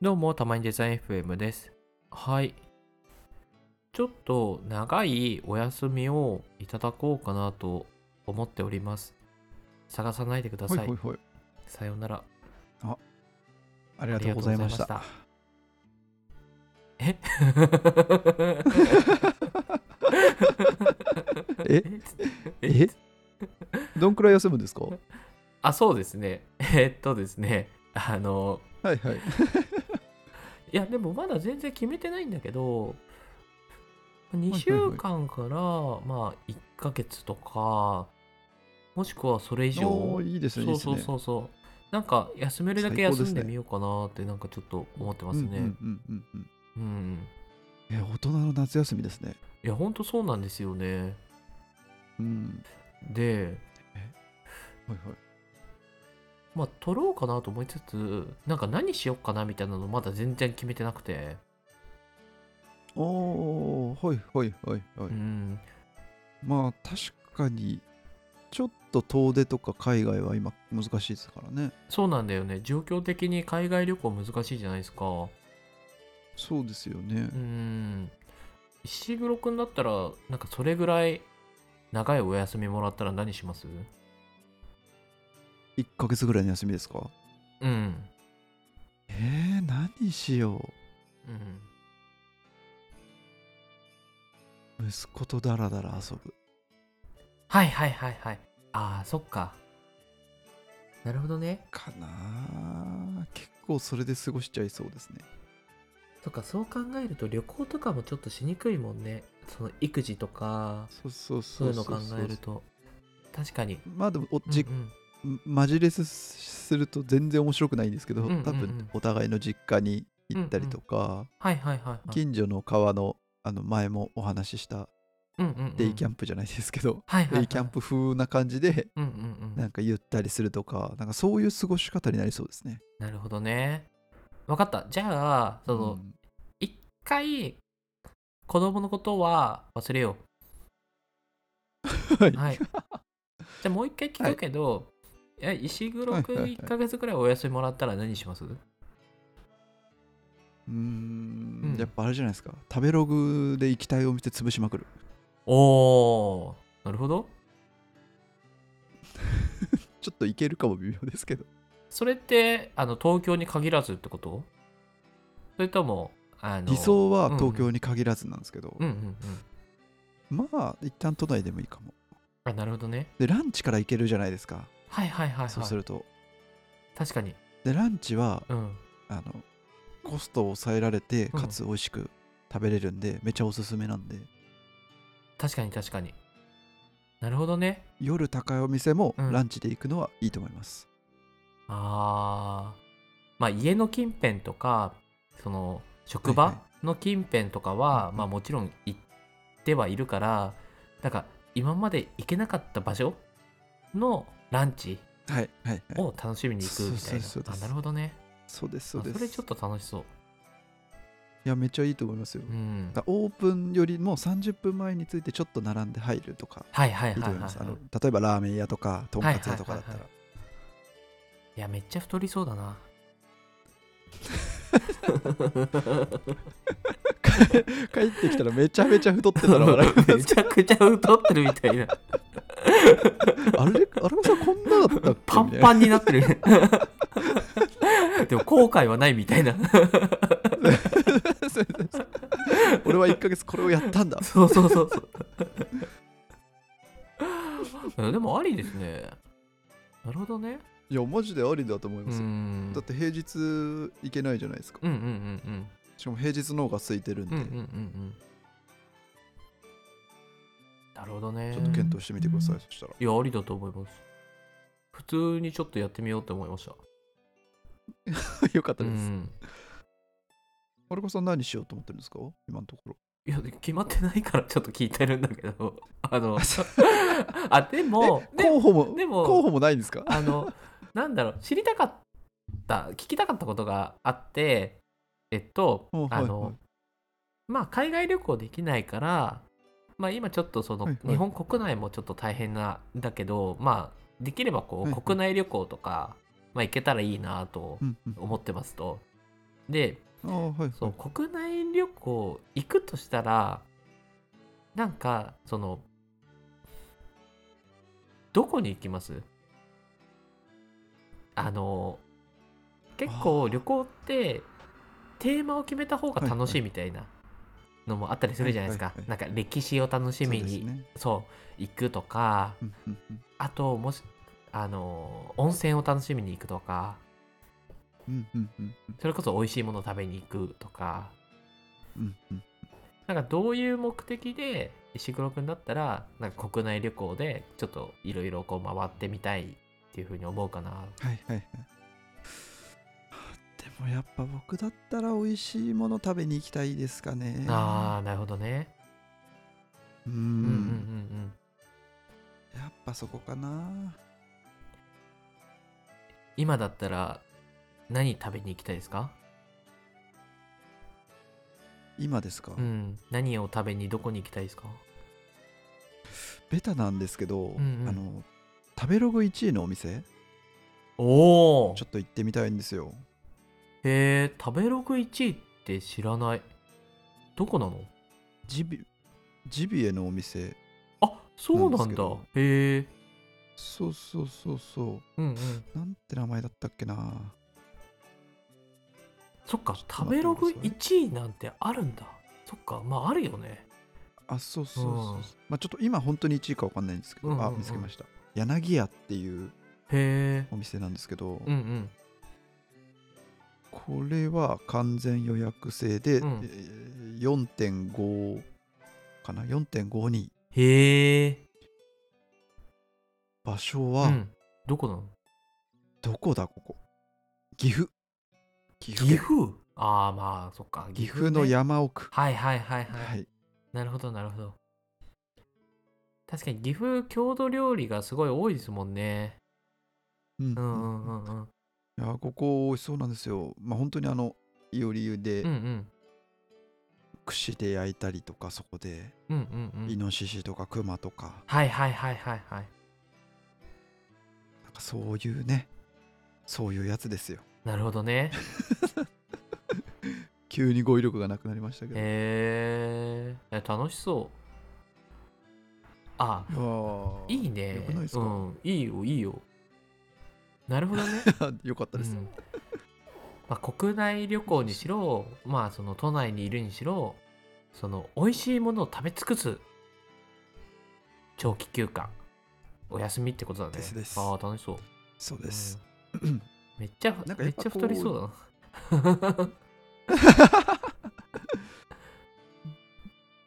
どうも、たまにデザイン FM です。はい。ちょっと長いお休みをいただこうかなと思っております。探さないでくだほいさい。ほいほい。さようなら。ありがとうございました。ありがとうございました え ええどんくらい休むんで すかあ、そうですね。えっとですね。あの、はいはい。いやでもまだ全然決めてないんだけど2はい週間からまあ1ヶ月とかもしくはそれ以上おーいいですね、いいそうですそうね。そうそうなんか休めるだけ最高休ですんねでみようかなってなんかちょっと思ってまうすんうんうねんうんうん。うんえ、大人の夏休みですね。いやほんとそうなんですよねうん。ではいはい。まあ撮ろうかなと思いつつなんか何しようかなみたいなのまだ全然決めてなくておー、はいはいはいはい。うんまあ、確かに、ちょっと遠出とか海外は今難しいですからね。そうなんだよね状況的に海外旅行難しいじゃないですかそうですよねう。ん石黒くんだったらなんかそれぐらい長いお休みもらったら何します1ヶ月ぐらいの休みですかうんえー、何しようんう。息子とダラダラ遊ぶ。はいはいはいはいああそっかなるほどねかなあ結構それで過ごしちゃいそうですね。そっかそう考えると旅行とかもちょっとしにくいもんねその育児とかそうそうそそうういうのそ考うそうえると確かにまあでもおじ、うんうんマジレスすると全然面白くないんですけど、うんうんうん多分お互いの実家に行ったりとか、はいはいはいはい近所の川のあの前もお話ししたうんうんうんデイキャンプじゃないです けど、はいはいはいデイキャンプ風な感じでうんうんうんなんかゆったりするとかなんかそういう過ごし方になりそうですね。なるほどねわかったじゃあその、うん一回子供のことは忘れよ。はいうはい。じゃあもう一回聞くけど、いや石黒くんはいはいはい1ヶ月くらいお休みもらったら何しますうーうんんやっぱあれじゃないですか食べログで液体を見て潰しまくる。おー、なるほど。ちょっといけるかも微妙ですけど。それってあの東京に限らずってことそれとも、あの。理想はうんうん東京に限らずなんですけど、うんうんうん。まあ一旦都内でもいいかもあ、なるほどね。でランチから行けるじゃないですか、はいはいはい、はい。そうすると確かに。でランチはうん。あのコストを抑えられてうんかつ美味しく食べれるんで、めちゃおすすめなんで確かに確かに。なるほどね。夜高いお店もうんランチで行くのはいいと思います、あーまあ家の近辺とかその職はい場はの近辺とかうんは、うんまあもちろん行ってはいるからなんか今まで行けなかった場所のランチはいはいはいを楽しみに行くみたいなそうそうそうそうあなるほどねそうですそあうですそれちょっと楽しそういやめっちゃいいと思いますよ、うんだオープンよりも30分前についてちょっと並んで入るとかはいはいいいとはい思はいいはまいす、あの例えばラーメン屋とかとんかつ屋とかだったら、はいはいはいいやめっちゃ太りそうだな帰ってきたらめちゃめちゃ太ってたら笑います めちゃくちゃ太ってるみたいなあれあれもさこんなだったっけパンみたいパンになってる でも後悔はないみたいななそうそうそう俺は1ヶ月これをやったんだそうそうそうそうでもありですねなるほどねいやマジでありだと思いうますよ、んだって平日行けないじゃないですかうんうんうんしかも平日の方が空いてるんうんうんうで、んうんうんなるほどねちょっと検討してみてください、うんそしたらいやありだと思います普通にちょっとやってみようって思いましたよかったうです、ん丸子さん何しようと思ってるんですか今のところいや決まってないからちょっと聞いてるんだけどあのあそう あでもえ候補もでも候補もないんですかあの、なんだろう、知りたかった、聞きたかったことがあって、えっとお、あはいはいの、まあ、海外旅行できないから、まあ、今ちょっとその、はいはい日本国内もちょっと大変な、だけど、まあ、できればこう、はいはい国内旅行とか、まあ、行けたらいいなとうんうん思ってますと。でああ、はい。そう国内旅行行くとしたらなんかそのどこに行きますあの結構旅行ってテーマを決めた方が楽しいみたいなのもあったりするじゃないですか、はいはいはいなんか歴史を楽しみにそうですねそう行くとかうんうんうんあともしあの温泉を楽しみに行くとかうんうんうんそれこそ美味しいものを食べに行くとかうんうんなんかどういう目的で石黒くんだったらなんか国内旅行でちょっといろいろこう回ってみたいっていうふうに思うかなはいはいはい。でもやっぱ僕だったら美味しいもの食べに行きたいですかね。あーなるほどねうんうんうんうんうんやっぱそこかな。今だったら何食べに行きたいですか今ですか、うん何を食べにどこに行きたいですかベタなんですけど、んうんあの食べログ1位のお店おおちょっと行ってみたいんですよへえ食べログ1位って知らないどこなのジビジビエのお店あそうななんんですけだどへえそうそうそうそうんうんうなんて名前だったっけなそっかちょっと食待べってログください1位なんてあるんだそっかまああるよねあそうそうそうそう、うんまあちょっと今本当に1位か分かんないんですけど、うんうんうんあ見つけました柳屋っていうへえお店なんですけうど、んうんこれは完全予約制で、うんえー4.5かな4.52へえ、場所うは、ん、どこなのどこだここ岐阜岐岐阜ああまあそっか岐ね阜の山奥はいはいはいはい、はいなるほどなるほど確かに岐阜郷土料理がすごい多いですもんねうんううんうんんうんうんいやここ美味しそうなんですよまあ本当にあのいおり湯でうんうん串で焼いたりとかそこでうんうんうイんノシシとかクマとかはいはいはいはいはいなんかそういうねそういうやつですよなるほど ね急に語彙力がなくなりましたけどいへえ楽しそうあやーいいね。よくないですかうん、いいよ、いいよ。なるほどね。 よかったうですんまあ、国内旅行にしろ、まあ、その都内にいるにしろ、その美味しいものを食べ尽くす長期休暇、お休みってことだね。ですですああ、楽しそう。そうですうんめっちゃ、なんかめやっっぱちゃ太りそうだな。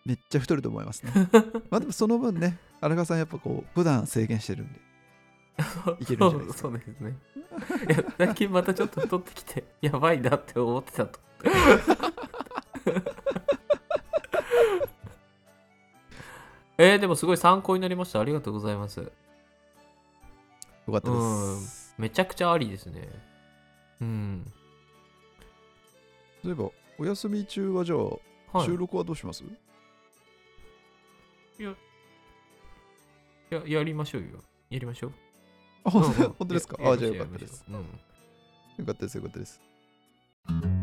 めっちゃ太ると思 いますねまあでもその分ね荒川さんやっぱこう普段制限してるんでいけるんじゃないですか そうそうですね。いや、最近またちょっと太ってきて、やばいなって思ってたと。 えー、でもすごい参考になりました。ありがとうございます。よかったですめちゃくちゃありですね。うん。例えばお休み中はじゃあはい。収録はどうします、ややりましょうよ。やりましょう。あうん 本うん当本当ですかあじゃあよやかりましょったうですやりましょううん。よかったですよかったです